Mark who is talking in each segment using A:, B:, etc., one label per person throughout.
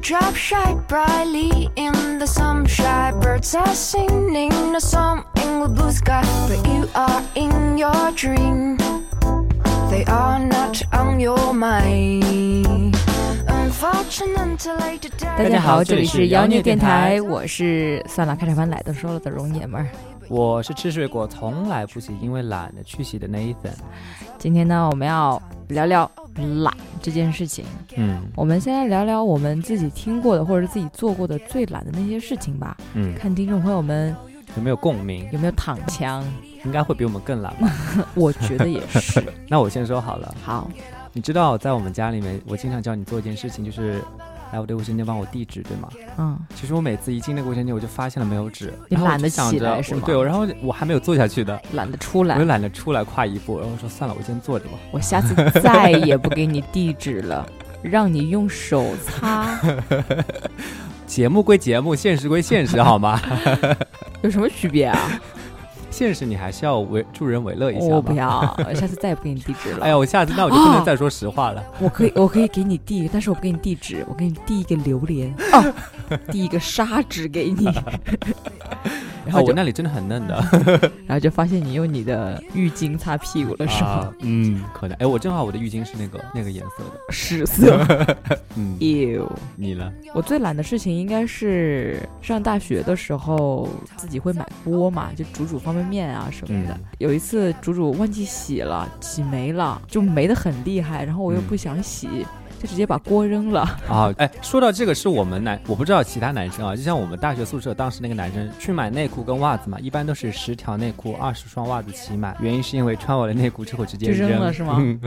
A: drop shine brightly in the sunshine. Birds are singing a song in the blue sky, but you are in your dream. They are not on your mind. Unfortunately,
B: 大
A: today.
B: 家好，这里是妖孽电
C: 这里
B: 台，
A: 是妖孽电台
B: 我是算了，开场白懒得说了的容爷们儿。
C: 我是吃水果从来不洗，因为懒得去洗的 Nathan。
B: 今天呢，我们要聊聊懒这件事情。
C: 嗯
B: 我们先来聊聊我们自己听过的或者自己做过的最懒的那些事情 吧，
C: 嗯，
B: 看听众朋友们
C: 有没有共鸣？
B: 有没有躺 枪。
C: 应该会比我们更懒 吧？
B: 我觉得也是。
C: 那我先说好了。
B: 好，
C: 你知道在我们家里面，我经常叫你做一件事情，就是哎来我的卫生间帮我递纸，对吗？
B: 嗯，
C: 其实我每次一进那个卫生间，我就发现了没有纸，
B: 你
C: 然后我
B: 懒
C: 就
B: 得
C: 想
B: 起
C: 着
B: 来
C: 我
B: 是吗
C: 对，我然后我还没有做下去的，
B: 懒得出
C: 我
B: 来
C: 就，懒得出来跨一步，然后我说算了，我先坐着吧。
B: 我下次再也不给你地址了，让你用手擦。
C: 节目归节目，现实归现实，好 吗？
B: 有什么区别 啊？
C: 现实你还是要为助人为乐一下嘛。
B: 我哦不要，我下次再也不给你地 址了
C: 哎。呀，我下次那我就不能再说实话了。
B: 我可以，我可以给你递，但是我不给你地址，我给你递一个榴 莲，啊，递一个砂纸给你，然后
C: 哦我
B: 就、
C: 那里真的很嫩的。
B: 然后就发现你用你的浴巾擦屁股了， 是吗？
C: 啊？嗯，可能。哎，我正好我的浴巾是那个那个颜色的。
B: 屎色
C: 嗯，
B: ，ew！
C: 你呢？
B: 我最懒的事情应该是上大学的时候自己会买锅嘛，就煮煮方便面啊什么的。
C: 嗯
B: 有一次煮煮忘记洗了，洗没了，就没得很厉害，然后我又
C: 嗯
B: 不想洗，就直接把锅扔了。
C: 啊，哎，说到这个，是我们男，我不知道其他男生啊，就像我们大学宿舍当时那个男生去买内裤跟袜子嘛，一般都是十条内裤、二十双袜子起买，原因是因为穿完了内裤之后直接
B: 就扔
C: 扔
B: 了是吗
C: 嗯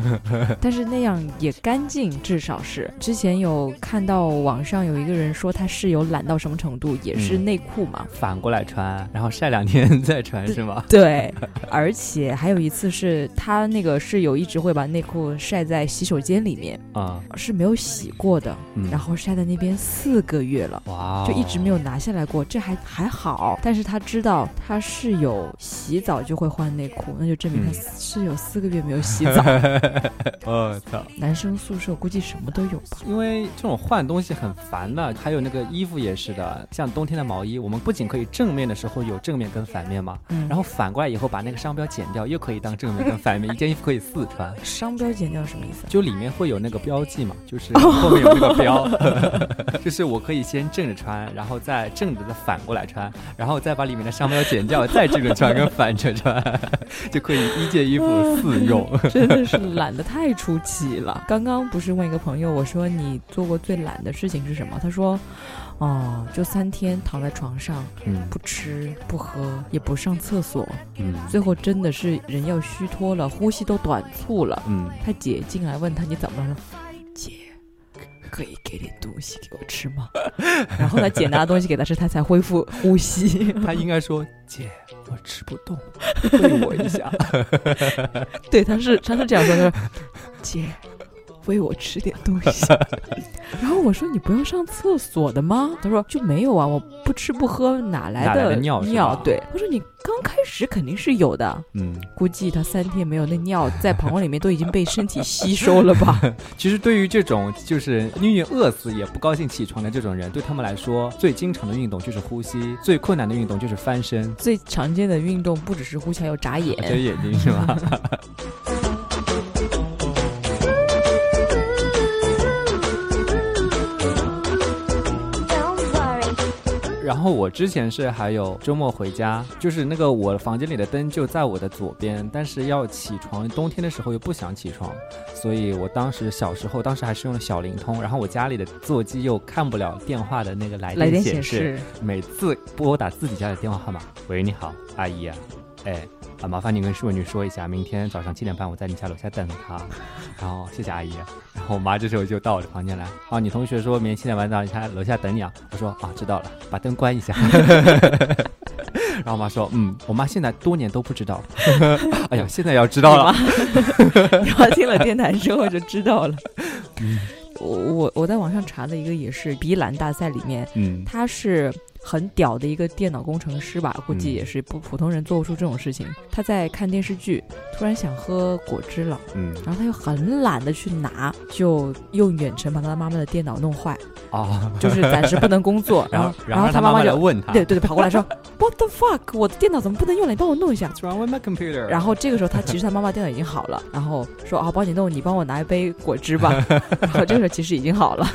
B: 但是那样也干净，至少是。之前有看到网上有一个人说他室友懒到什么程度，也是
C: 嗯
B: 内裤 嘛。
C: 反过来穿，然后晒两天再穿是吗？
B: 对，而且还有一次是他那个室友一直会把内裤晒在洗手间里面，
C: 啊，
B: 是没有洗过的，
C: 嗯，
B: 然后晒在那边四个月了。
C: 哇哦，
B: 就一直没有拿下来过，这还还好。但是他知道他室友洗澡就会换内裤，那就证明他
C: 嗯
B: 室友四个月没有洗 澡。
C: 我哎操！
B: 男生宿舍估计什么都有吧。
C: 因为这种换东西很烦的，还有那个衣服也是的，像冬天的毛衣，我们不仅可以正面的时候有正面跟反面嘛，
B: 嗯
C: 然后反过来以后把那个商标剪掉，又可以当正面跟反面，一件衣服可以四穿，
B: 商标剪掉什么意思？
C: 就里面会有那个标记嘛，就是后面有那个标， 就是我可以先正着穿，然后再正着再反过来穿，然后再把里面的商标剪掉，再正着穿跟反着穿，就可以一件衣服四用。
B: 真的是懒得太出奇了。刚刚不是问一个朋友，我说你做过最懒的事情是什么？他说，哦，就三天躺在床上，
C: 嗯
B: 不吃不喝，也不上厕所，
C: 嗯
B: 最后真的是人要虚脱了，呼吸都短促了。
C: 嗯，
B: 他姐进来问他你怎么了？他说姐，可以给点东西给我吃吗？ 然后他姐拿东西给他吃，他才恢复呼吸。
C: 他应该说姐，我吃不动，喂我一下。
B: 对，他是他是这样说，他说：“姐，喂我吃点东西。” 然后我说：“你不要上厕所的吗？”他说：“就没有啊，我不吃不喝，哪来
C: 哪来
B: 的
C: 的尿是吧
B: 对，我说：“你刚开始肯定是有的，
C: 嗯，
B: 估计他三天没有那尿在膀胱里面都已经被身体吸收了 吧。”
C: 其实对于这种就是宁愿饿死也不高兴起床的这种人，对他们来说，最经常的运动就是呼吸，最困难的运动就是翻身。
B: 最常见的运动不只是呼气，还有眨眼。
C: 遮眼睛是吗？
A: Don't worry.
C: 然后我之前是还有周末回家，就是那个我房间里的灯就在我的左边，但是要起床，冬天的时候又不想起床，所以我当时小时候，当时还是用了小灵通，然后我家里的座机又看不了电话的那个来
B: 来
C: 电
B: 电
C: 显
B: 显
C: 示，
B: 示，
C: 每次拨打自己家的电话号码，喂，你好，阿姨啊，哎，啊，麻烦你跟淑女说一下，明天早上七点半我在你家楼下等她，然后谢谢阿姨。然后我妈这时候就到我的房间来，啊，你同学说明天七点半到你家楼下等你啊，我说啊，知道了，把灯关一下。 然后我妈说，嗯，我妈现在多年都不知道， 哎呀，现在要知道了，
B: 你妈听了电台之后就知道了。
C: 嗯
B: 我我我在网上查的一个也是比懒大赛里面，
C: 嗯
B: 它是很屌的一个电脑工程师吧，估计
C: 嗯
B: 也是不普通人做不出这种事情。他在看电视剧，突然想喝果汁了，
C: 嗯
B: 然后他又很懒得去拿，就用远程把他妈妈的电脑弄 坏，
C: 啊，。
B: 就是暂时不能工作
C: 然后
B: 后，然后
C: 他
B: 妈
C: 妈来
B: 就
C: 问他
B: 对对对跑过来说 ：“What the fuck？我的电脑怎么不能用了？你帮我弄一下。”
C: What's wrong with my computer？
B: 然后这个时候，他其实他妈妈电脑已经好了，然后说：“啊，帮你弄，你帮我拿一杯果汁吧。” 然后这个时候其实已经好了。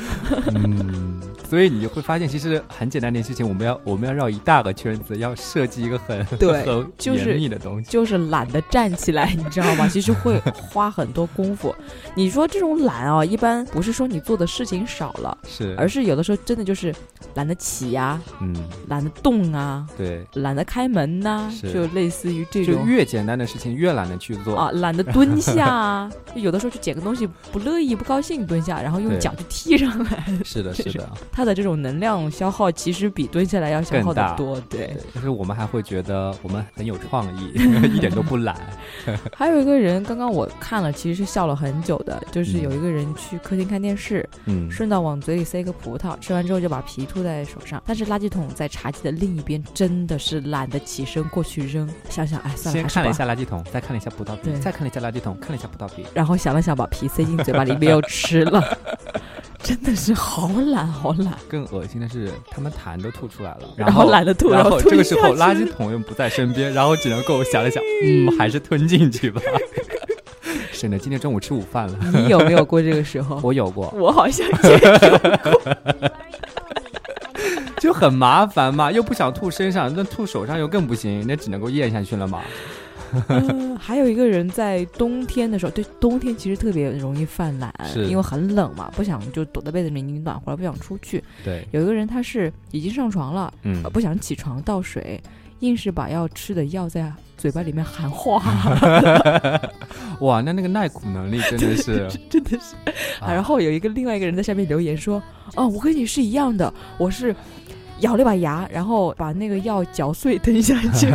C: 嗯，所以你会发现，其实很简单的事情，我们要我们要绕一大个圈子，要设计一个很
B: 对
C: 很
B: 就是
C: 严密的东西。
B: 就是懒得站起来，你知道 吗？其实会花很多功夫。你说这种懒啊，一般不是说你做的事情少了，
C: 是，
B: 而是有的时候真的就是懒得起呀、
C: 嗯，
B: 懒得动啊，
C: 对，
B: 懒得开门呐、
C: 是
B: 就类似于这
C: 就
B: 种。
C: 越简单的事情越懒得去做。
B: 啊，懒得蹲下啊， 就有的时候去捡个东西不乐意、不高兴蹲下，然后用
C: 对
B: 脚去踢上来，
C: 是 的，
B: 是
C: 是的。
B: 它的这种能量消耗其实比蹲下来要消
C: 更
B: 耗的
C: 大
B: 多。对，
C: 对但是我们还会觉得我们很有创 意，一点都不懒。
B: 还有一个人，刚刚我看了，其实是笑了很久的，就是
C: 嗯
B: 有一个人去客厅看电视，
C: 嗯，
B: 顺道往嘴里塞个葡萄，吃完之后就把皮吐在手上。但是垃圾桶在茶几的另一边，真的是懒得起身过去扔。想想，哎，算了，
C: 先
B: 还
C: 看了一
B: 是吧。
C: 下垃圾桶，再看了一下葡萄皮
B: 对，
C: 再看了一下垃圾桶，看了一下葡萄皮。
B: 然后想了想，把皮塞进嘴巴里面又吃了，真的是好懒，好懒。
C: 更恶心的是，他们痰都吐出来了，
B: 然
C: 后
B: 懒得吐，
C: 然
B: 后
C: 这
B: 吞
C: 个时候
B: 下
C: 垃
B: 去
C: 圾 桶又不在身边，然后只能够想了想，嗯，还是吞进去 吧，省得今天中午吃午饭了。
B: 你有没有过这个时候？
C: 我有过，
B: 我好像 也
C: 就很麻烦嘛，又不想吐身上，那吐手上又更不行，那只能够咽下去了嘛。
B: 嗯还有一个人在冬天的时候，对冬天其实特别容易犯懒，
C: 是
B: 因为很冷嘛，不想就躲在被子里你暖和了，不想出去。
C: 对，
B: 有一个人他是已经上床了，
C: 嗯
B: 呃，不想起床倒水，硬是把要吃的药在嘴巴里面含 化，
C: 哇，那那个耐苦能力真的是
B: 真的是。
C: 啊
B: 然后有一个另外一个人在下面留言说：“哦，我跟你是一样的，我是咬了一把牙，然后把那个药嚼碎吞下去，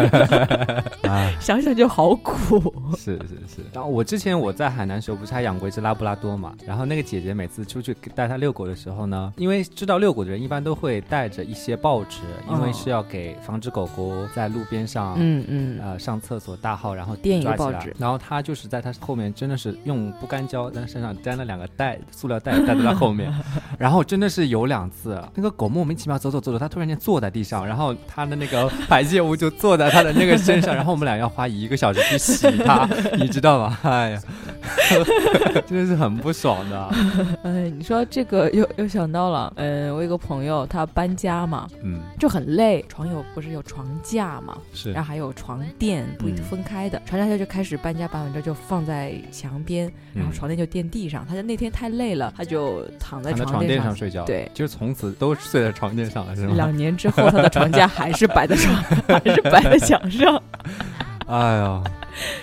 C: 啊，
B: 想想就好苦。
C: 是是是。然后我之前我在海南的时候，不是还养过一只拉布拉多嘛？然后那个姐姐每次出去给带它遛狗的时候呢，因为知道遛狗的人一般都会带着一些报纸，因为
B: 哦
C: 是要给防止狗狗在路边上。
B: 嗯”嗯
C: 呃，上厕所大号，然后
B: 垫一个
C: 抓起
B: 报
C: 来
B: 纸
C: 然后它就是在它后面，真的是用不干胶在身上粘了两个带，塑料袋带在它后面， 然后真的是有两次，那个狗莫名其妙走走走走，它突然间坐在地上，然后它的那个排泄物就坐在它的那个身上，然后我们俩要花一个小时去洗它，你知道吗？哎呀， 真的是很不爽的。
B: 哎，你说这个又又想到了，嗯，我有个朋友他搬家嘛，
C: 嗯，
B: 就很累，床有不是有床架嘛，
C: 是
B: 然后还有床垫不
C: 嗯
B: 分开的，床架就就开始搬家，搬完之后就放在墙边，
C: 嗯
B: 然后床垫就垫地上。他就那天太累了，他就躺在
C: 躺在
B: 床
C: 床
B: 垫
C: 垫上睡觉，
B: 对
C: 就是从此都睡在床垫上了，是吗？
B: 两年之后，他的床架还是摆在床， 还是摆 在墙上，
C: 哎呀，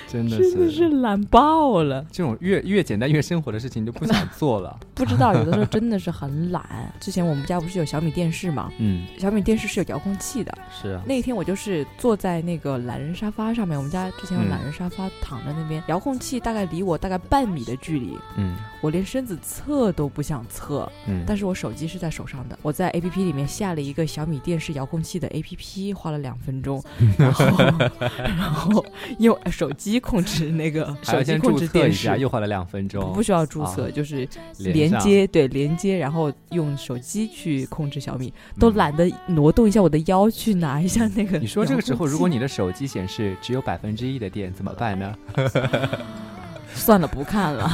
C: 真的
B: 真的是懒爆了。
C: 这种越越简单越生活的事情就不想做了。
B: 不知道有的时候真的是很懒。之前我们家不是有小米电视嘛，
C: 嗯，
B: 小米电视是有遥控器的，
C: 是啊，
B: 那天我就是坐在那个懒人沙发上面，我们家之前
C: 嗯
B: 有懒人沙发，躺在那边，遥控器大概离我大概半米的距离，
C: 嗯
B: 我连身子侧都不想侧，
C: 嗯，
B: 但
C: 是
B: 是我手机是在手上的，我在 A P P 里面下了一个小米电视遥控器的 A P P，花了两分 钟，然后然后用手机控制那个
C: 还
B: 手
C: 要
B: 机
C: 先
B: 控
C: 注
B: 制
C: 册一
B: 电
C: 下，
B: 视。
C: 又花了两分钟。
B: 不需要注册，
C: 啊
B: 就是
C: 连
B: 连
C: 上
B: 接，对连接，然后用手机去控制小米，都
C: 嗯
B: 懒得挪动一下我的腰去拿一下那个遥控器。
C: 你说这个时候，如果你的手机显示只有百分之一的电，怎么办 呢？
B: 算了，不看 了。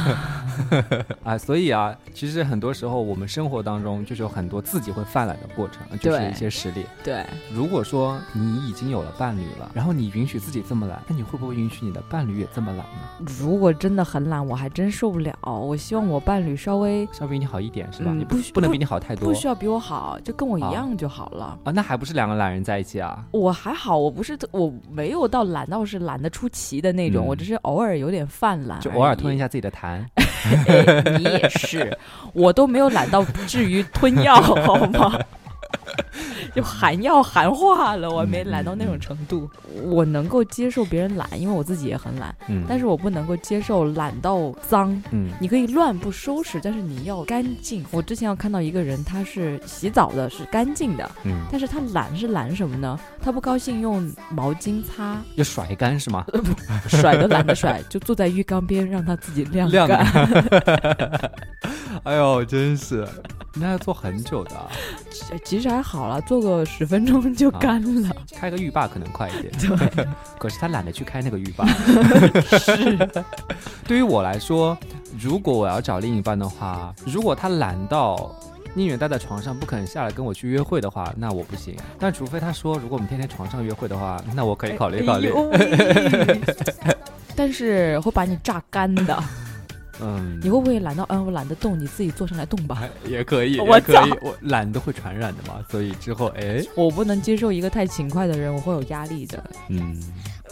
C: 啊，所以啊，其实很多时候我们生活当中就是有很多自己会犯懒的过程，啊就是
B: 对
C: 一些实例。
B: 对，
C: 如果说你已经有了伴侣了，然后你允许自己这么懒，那你会不会允许你的伴侣也这么懒呢？
B: 如果真的很懒，我还真受不了。我希望我伴侣稍微
C: 稍微比你好一点是吧？
B: 嗯
C: 你
B: 不需
C: 不能
B: 不
C: 比你好太多
B: 不需要比我好，就跟我一
C: 啊
B: 样就好了。
C: 啊，那还不是两个懒人在一起啊？
B: 我还好，我不是特我没有到懒到是懒得出奇的那种，
C: 嗯
B: 我只是偶尔有点犯懒，哎
C: 就偶 尔吞一。下自己的痰。
B: 你也是，我都没有懒到至于吞药，好吗？就喊要喊话了，我没懒到那种程度。我能够接受别人懒，因为我自己也很懒，
C: 嗯，
B: 但是我不能够接受懒到脏。
C: 嗯
B: 你可以乱不收拾，但是你要干净。我之前有看到一个人，他是洗澡的，是干净的，
C: 嗯，
B: 但是他懒是懒什么呢？他不高兴用毛巾擦，
C: 要甩干是吗？
B: 甩都懒得甩， 就坐在浴缸边让他自己 晾
C: 晾
B: 干。
C: 哎呦，真是，那要做很久的啊，
B: 其实还好啦，做个十分钟就干了。
C: 开个浴霸可能快一点。
B: 对，
C: 可是他懒得去开那个浴霸。 对于我来说，如果我要找另一半的话，如果他懒到宁愿待在床上不肯下来跟我去约会的话，那我不行。但除非他说，如果我们天天床上约会的话，那我可以考虑考虑。
B: 哎呦哎 但是会把你榨干的。
C: 嗯，
B: 你会不会懒到？嗯，我懒得动，你自己坐上来动吧。
C: 哎 也可以，
B: 我
C: 也可以
B: 操，
C: 我懒得会传染的嘛，所以之后哎，
B: 我不能接受一个太勤快的人，我会有压力的。
C: 嗯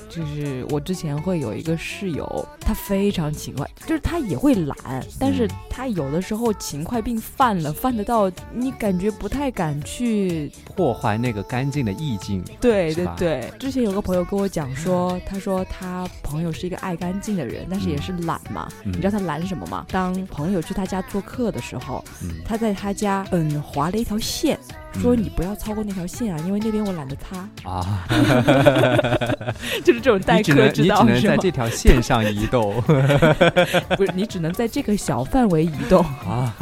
B: 就是我之前会有一个室友，他非常勤快，就是他也会懒，但
C: 嗯
B: 是他有的时候勤快病犯了，犯得到你感觉不太敢去。
C: 破坏那个干净的意境，
B: 对
C: 是
B: 对
C: 吧
B: 对，之前有个朋友跟我讲说，他说他朋友是一个爱干净的人，但是也是懒嘛。
C: 嗯
B: 你知道他懒什么吗？当朋友去他家做客的时候，
C: 嗯
B: 他在他家嗯划了一条线，说
C: 嗯
B: 你不要超过那条线啊，因为那边我懒得擦，
C: 啊，
B: 就是这种待
C: 你只
B: 客
C: 能
B: 之
C: 你只
B: 道
C: 能
B: 是
C: 在
B: 吗？
C: 这条线上移动
B: 不是，你只能在这个小范围移动，
C: 啊，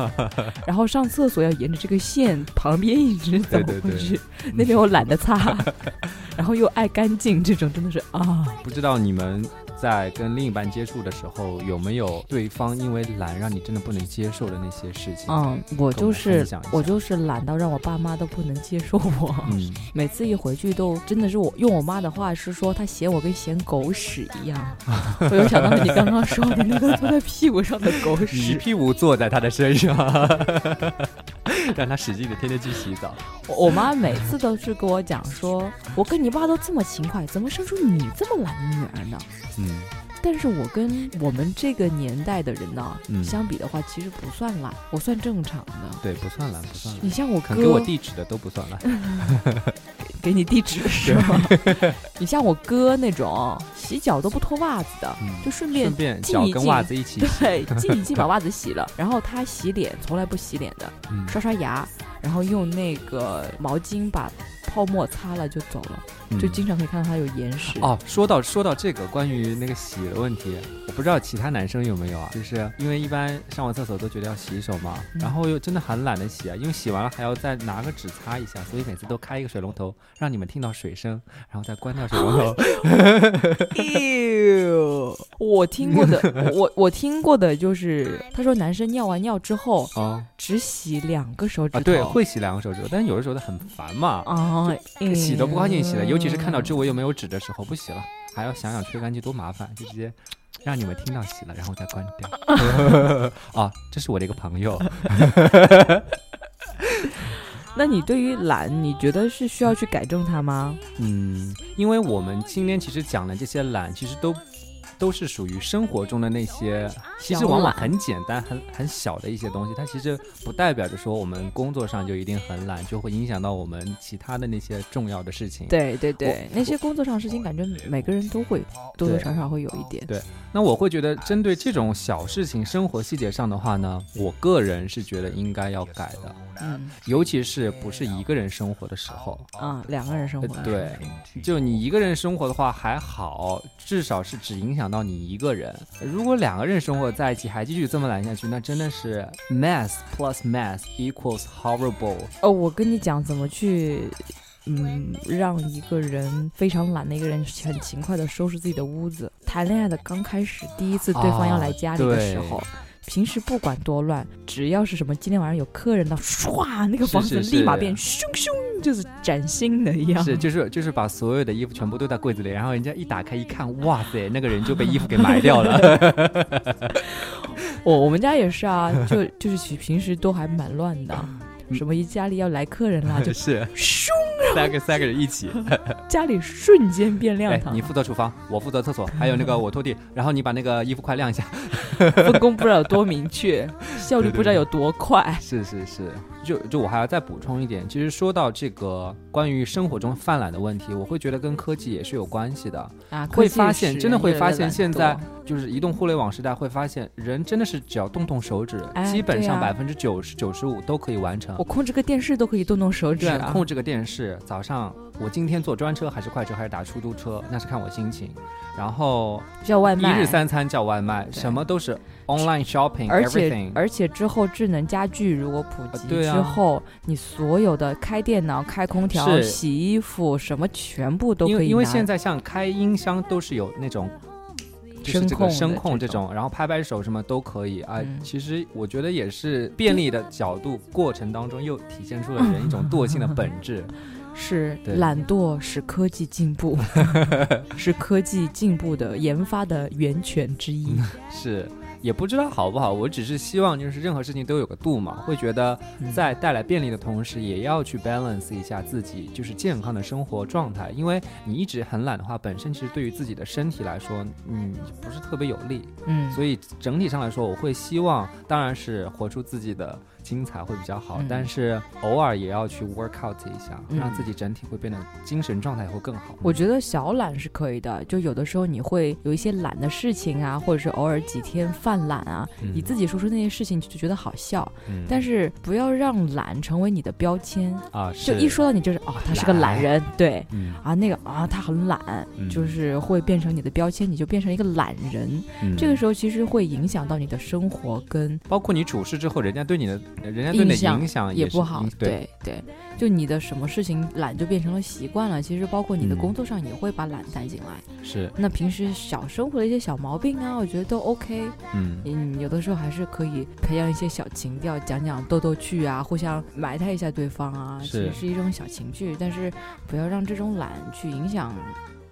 B: 然后上厕所要沿着这个线旁边一直走
C: 对对
B: 过
C: 对
B: 去， 那边我懒得擦， 然后又爱干净，这种真的是啊，
C: 不知道你们在跟另一半接触的时候，有没有对方因为懒让你真的不能接受的那些事情？
B: 嗯，我
C: 跟我
B: 就
C: 们分
B: 是
C: 享一下
B: 我就是懒到让我爸妈都不能接受我，
C: 嗯，
B: 每次一回去都真的是我用我妈的话是说她嫌我跟嫌狗屎一 样，我又想到了你刚刚说的那个坐在屁股上的狗
C: 你
B: 屎，
C: 屁股坐在他的 身上，让他使劲的天天去洗澡。
B: 我我妈每次都是跟我讲说，我跟你爸都这么勤快，怎么生出你这么懒的女儿呢？
C: 嗯
B: 但是我跟我们这个年代的人呢、
C: 嗯
B: 相比的话，其实不算懒，我算正常的。
C: 对，不算懒，不算
B: 你
C: 懒。
B: 像我哥，
C: 肯给我地址的都不算懒。
B: 给你地 址是吗？ 你像我哥那种洗脚都不脱袜子的，
C: 嗯
B: 就顺便
C: 顺便
B: 记
C: 脚
B: 一
C: 跟
B: 记
C: 袜子一起洗。
B: 对记一记把袜子洗了，然后他洗脸从来不洗脸的，
C: 嗯
B: 刷刷牙，然后用那个毛巾把泡沫擦了就走了，就
C: 嗯
B: 经常可以看到他有眼屎。
C: 哦，说到说到这个关于那个洗的问题，我不知道其他男生有没有啊，就是因为一般上完厕所都觉得要洗手嘛，
B: 嗯
C: 然后又真的很懒得洗啊，因为洗完了还要再拿个纸擦一下，所以每次都开一个水龙头，让你们听到水声，然后再关掉水龙 头。
B: 呦，我听过的， 我我听过的就是，他说男生尿完尿之后
C: 哦，
B: 只洗两个手指
C: 啊
B: 头，
C: 对，会洗两个手指头，但是有的时候它很烦嘛，
B: 啊，嗯
C: 洗都不高兴洗了，尤其是看到周围又没有纸的时候，不洗了，还要想想吹干机多麻烦，就直接。让你们听到洗了，然后再关 掉。 啊，这是我的一个朋友，
B: 那你对于懒，你觉得是需要去改正它吗？
C: 嗯，因为我们今天其实讲的这些懒，其实都都是属于生活中的那些，其实
B: 小
C: 往往
B: 懒
C: 很简单、很很小的一些东西，它其实不代表着说我们工作上就一定很懒，就会影响到我们其他的那些重要的事情。，
B: 对对对，那些工作上的事情，感觉每个人都会多多少少会有一点。
C: 那我会觉得针对这种小事情、生活细节上的话呢，我个人是觉得应该要改的，
B: 嗯
C: 尤其是不是一个人生活的时候。
B: 啊，两个人生活
C: 呃对，就你一个人生活的话还好，至少是只影响到你一个人。如果两个人生活在一起还继续这么懒下去，那真的是 mess plus mess equals horrible。
B: 哦，我跟你讲怎么去。嗯，让一个人非常懒的一个人很勤快的收拾自己的屋子。谈恋爱的刚开始，第一次对方要来家里的时候，
C: 啊
B: 平时不管多乱，只要是什么今天晚上有客人到，唰，那个房子
C: 是是
B: 立马变汹汹，就是崭新的一样。
C: 是，就是就是把所有的衣服全部都在柜子里，然后人家一打开一看，哇塞，那个人就被衣服给埋 掉了。
B: 我我们家也是啊，就嗯 就是平平时都还蛮乱的，什么一家里要来客人啦，就
C: 是，
B: 咻，
C: 三个三个人一起，
B: 家里瞬间变亮
C: 哎，
B: 堂
C: 你，负责厨房，我负责厕所，还有那个我拖地，然后你把那个衣服快晾一下。
B: 分工不知道有多明确，效率不知道有多快。
C: 是是是，就就我还要再补充一点，其实说到这个关于生活中犯懒的问题，我会觉得跟科技也是有关系的。
B: 啊，
C: 会
B: 科技
C: 发现
B: 使
C: 真的
B: 人
C: 会
B: 越来
C: 发
B: 越
C: 现
B: 懒
C: 现
B: 惰
C: 在就是移动互联网时代，会发现人真的是只要动动手指，
B: 哎
C: 基本
B: 对
C: 上
B: 啊
C: 百分之九十九十五都可以完成
B: 我。控制个电视都可以动动手指啊
C: 对，啊
B: 了。
C: 控制个电视。早上我今天坐专车还是快车还是打出租车，那是看我心情。然后
B: 叫外
C: 一
B: 卖，
C: 日三餐叫外卖，
B: 对
C: 什么都是 online shopping，
B: 而且
C: everything
B: 而且之后智能家居如果普及
C: 对
B: 之
C: 啊
B: 后，你所有的开电脑、开空调、
C: 是
B: 洗衣服什么全部都
C: 因
B: 可
C: 为
B: 以
C: 因为
B: 拿
C: 现在像开音箱都是有那种。就是
B: 嗯声
C: 这
B: 控
C: 个
B: 的
C: 声控
B: 这
C: 这种，然后拍拍手什么都可以啊。
B: 嗯
C: 其实我觉得也是便利的角度过程当中，又体现出了人一种惰性 的本质。
B: 是
C: 对
B: 懒惰使科技进 步，是科技进步的研发的源泉之一。
C: 是，也不知道好不好，我只是希望就是任何事情都有个度嘛。会觉得
B: 嗯
C: 在带来便利的同时，也要去 balance 一下自己就是健康的生活状态，因为你一直很懒的话，本身其实对于自己的身体来说，嗯，不是特别有利。
B: 嗯，
C: 所以整体上来说，我会希望，当然是活出自己的精彩会比较好，
B: 嗯
C: 但是偶尔也要去 work out 一下，
B: 嗯
C: 让自己整体会变得精神状态会更好。
B: 我觉得小懒是可以的，就有的时候你会有一些懒的事情啊，或者是偶尔几天犯懒啊，你自己说出那些事情就觉得好笑，
C: 嗯，
B: 但是不要让懒成为你的标签。
C: 啊，
B: 就是一，说到你就是哦，他是个懒人，对
C: 嗯，
B: 啊，那个啊，他很懒，
C: 嗯
B: 就是会变成你的标签，你就变成一个懒人。
C: 嗯
B: 这个时候其实会影响到你的生活跟
C: 包括你处事之后，人家对你的，人家对你的
B: 印象
C: 影响
B: 也
C: 啊是
B: 不好
C: 影，对，
B: 对对，就你的什么事情懒就变成了习惯了，其实包括你的
C: 嗯
B: 工作上也会把懒带进来。
C: 是，
B: 那平时小生活的一些小毛病啊，我觉得都 OK。
C: 嗯，
B: 嗯，有的时候还是可以培养一些小情调，讲讲逗逗趣啊，互相埋汰一下对方啊，其
C: 是
B: 实是一种小情趣，但是不要让这种懒去影响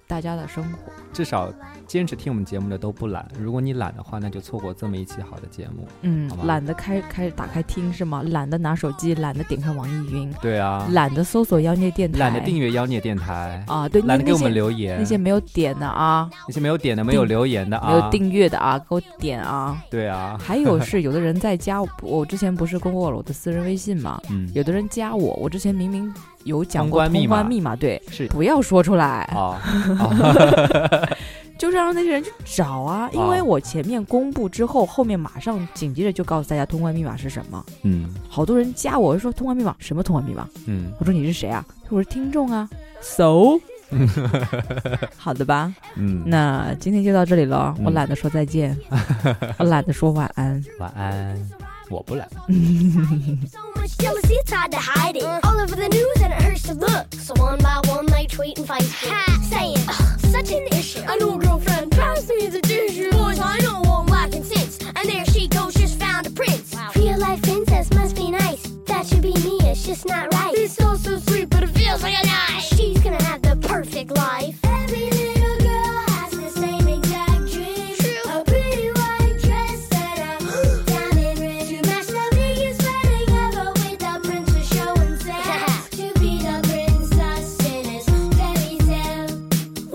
B: 大家的生活。
C: 至少坚持听我们节目的都不懒。如果你懒的话，那就错过这么一期好的节目。
B: 嗯
C: 好吧，
B: 懒得开开打开听是吗？懒得拿手机，懒得点开网易云，
C: 对啊，
B: 懒得搜索妖孽电台，
C: 懒得订阅妖孽电台，
B: 啊，对，
C: 懒得
B: 那
C: 给我们
B: 那些
C: 留言，
B: 那些没有点的啊，
C: 那些没有点的、没有
B: 订
C: 留言的啊，
B: 没有订阅的啊，给我点啊。
C: 对啊，
B: 还有是有的人在加我，我之前不是公布了我的私人微信嘛？
C: 嗯，
B: 有的人加我，我之前明明有讲过
C: 通关密
B: 通
C: 码
B: 关密码，对，
C: 是
B: 不要说出来，
C: 啊，啊
B: 就是让那些人去找啊，因为我前面公布之后，后面马上紧接着就告诉大家通关密码是什么。
C: 嗯
B: 好多人加我说通关密码什么通关密码，
C: 嗯
B: 我说你是谁啊？他说我是听众啊，so，好的吧，
C: 嗯，
B: 那今天就到这里了，
C: 嗯
B: 我懒得说再见，我懒得说晚安。
C: 晚安，我不懒。
D: So much jealousy, it's hard to hide it. All over the news, and it hurts to look. So one by one, they tweet and Facebook, ha, saying "Ugh, such an issue. An old girlfriend passed me the tissue. Boys, I know one lacking sense, and there she goes, just found a prince.
E: Real life princess must be nice. That should be me, it's just not right.
D: This so so sweet, but it feels like a knife.
E: She's gonna have the perfect life.
D: Every little girl has the same exact dream. A pretty white dress set up, diamond ring to match the biggest wedding ever with the prince to show and tell. to be the princess in his fairy tale.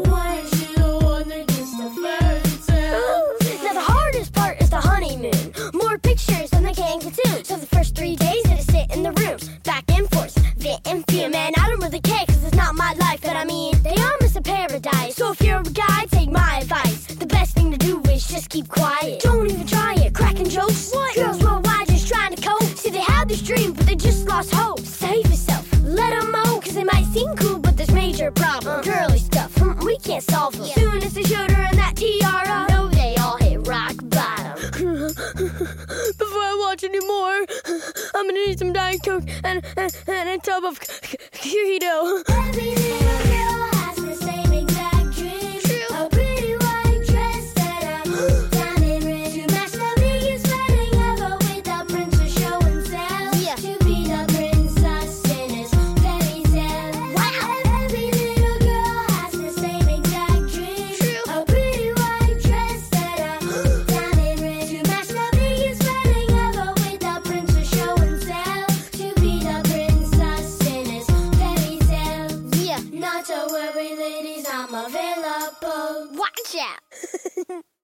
D: Why is she the one that gets the fairy tale?
E: Now the hardest part is the honeymoon. More pictures than they can consume. So the first three days they just sit in the room, back and forth, vent and fume. Man, I don't really care 'cause it's not my life. But I mean, they are miss a paradise. So if you're a guy, take my advice. The best thing to do is just keep quiet. Don't even try it. Cracking jokes. What? Girls worldwide just trying to cope. See, they have this dream, but they just lost hope. Save yourself. Let 'em moan, 'cause they might seem cool, but there's major problem. Girly stuff, mm, we can't solve 'em. Soon as they showed her in that tiara, no, they all hit rock bottom.
D: Before I watch any more, I'm gonna need some Diet Coke and, and, and a tub of Kirito. Every little girl has the same exact dream. A pretty white dress set up, diamond ring to match the biggest wedding ever with the prince to show and tell. To be the princess in his fairy tale. Every little girl has the same exact dream. A pretty white dress set up, diamond ring to match the biggest wedding ever with the prince to show and tell. To be the princess in his fairy tale. Not to worry, ladies, I'm available.
E: Watch out!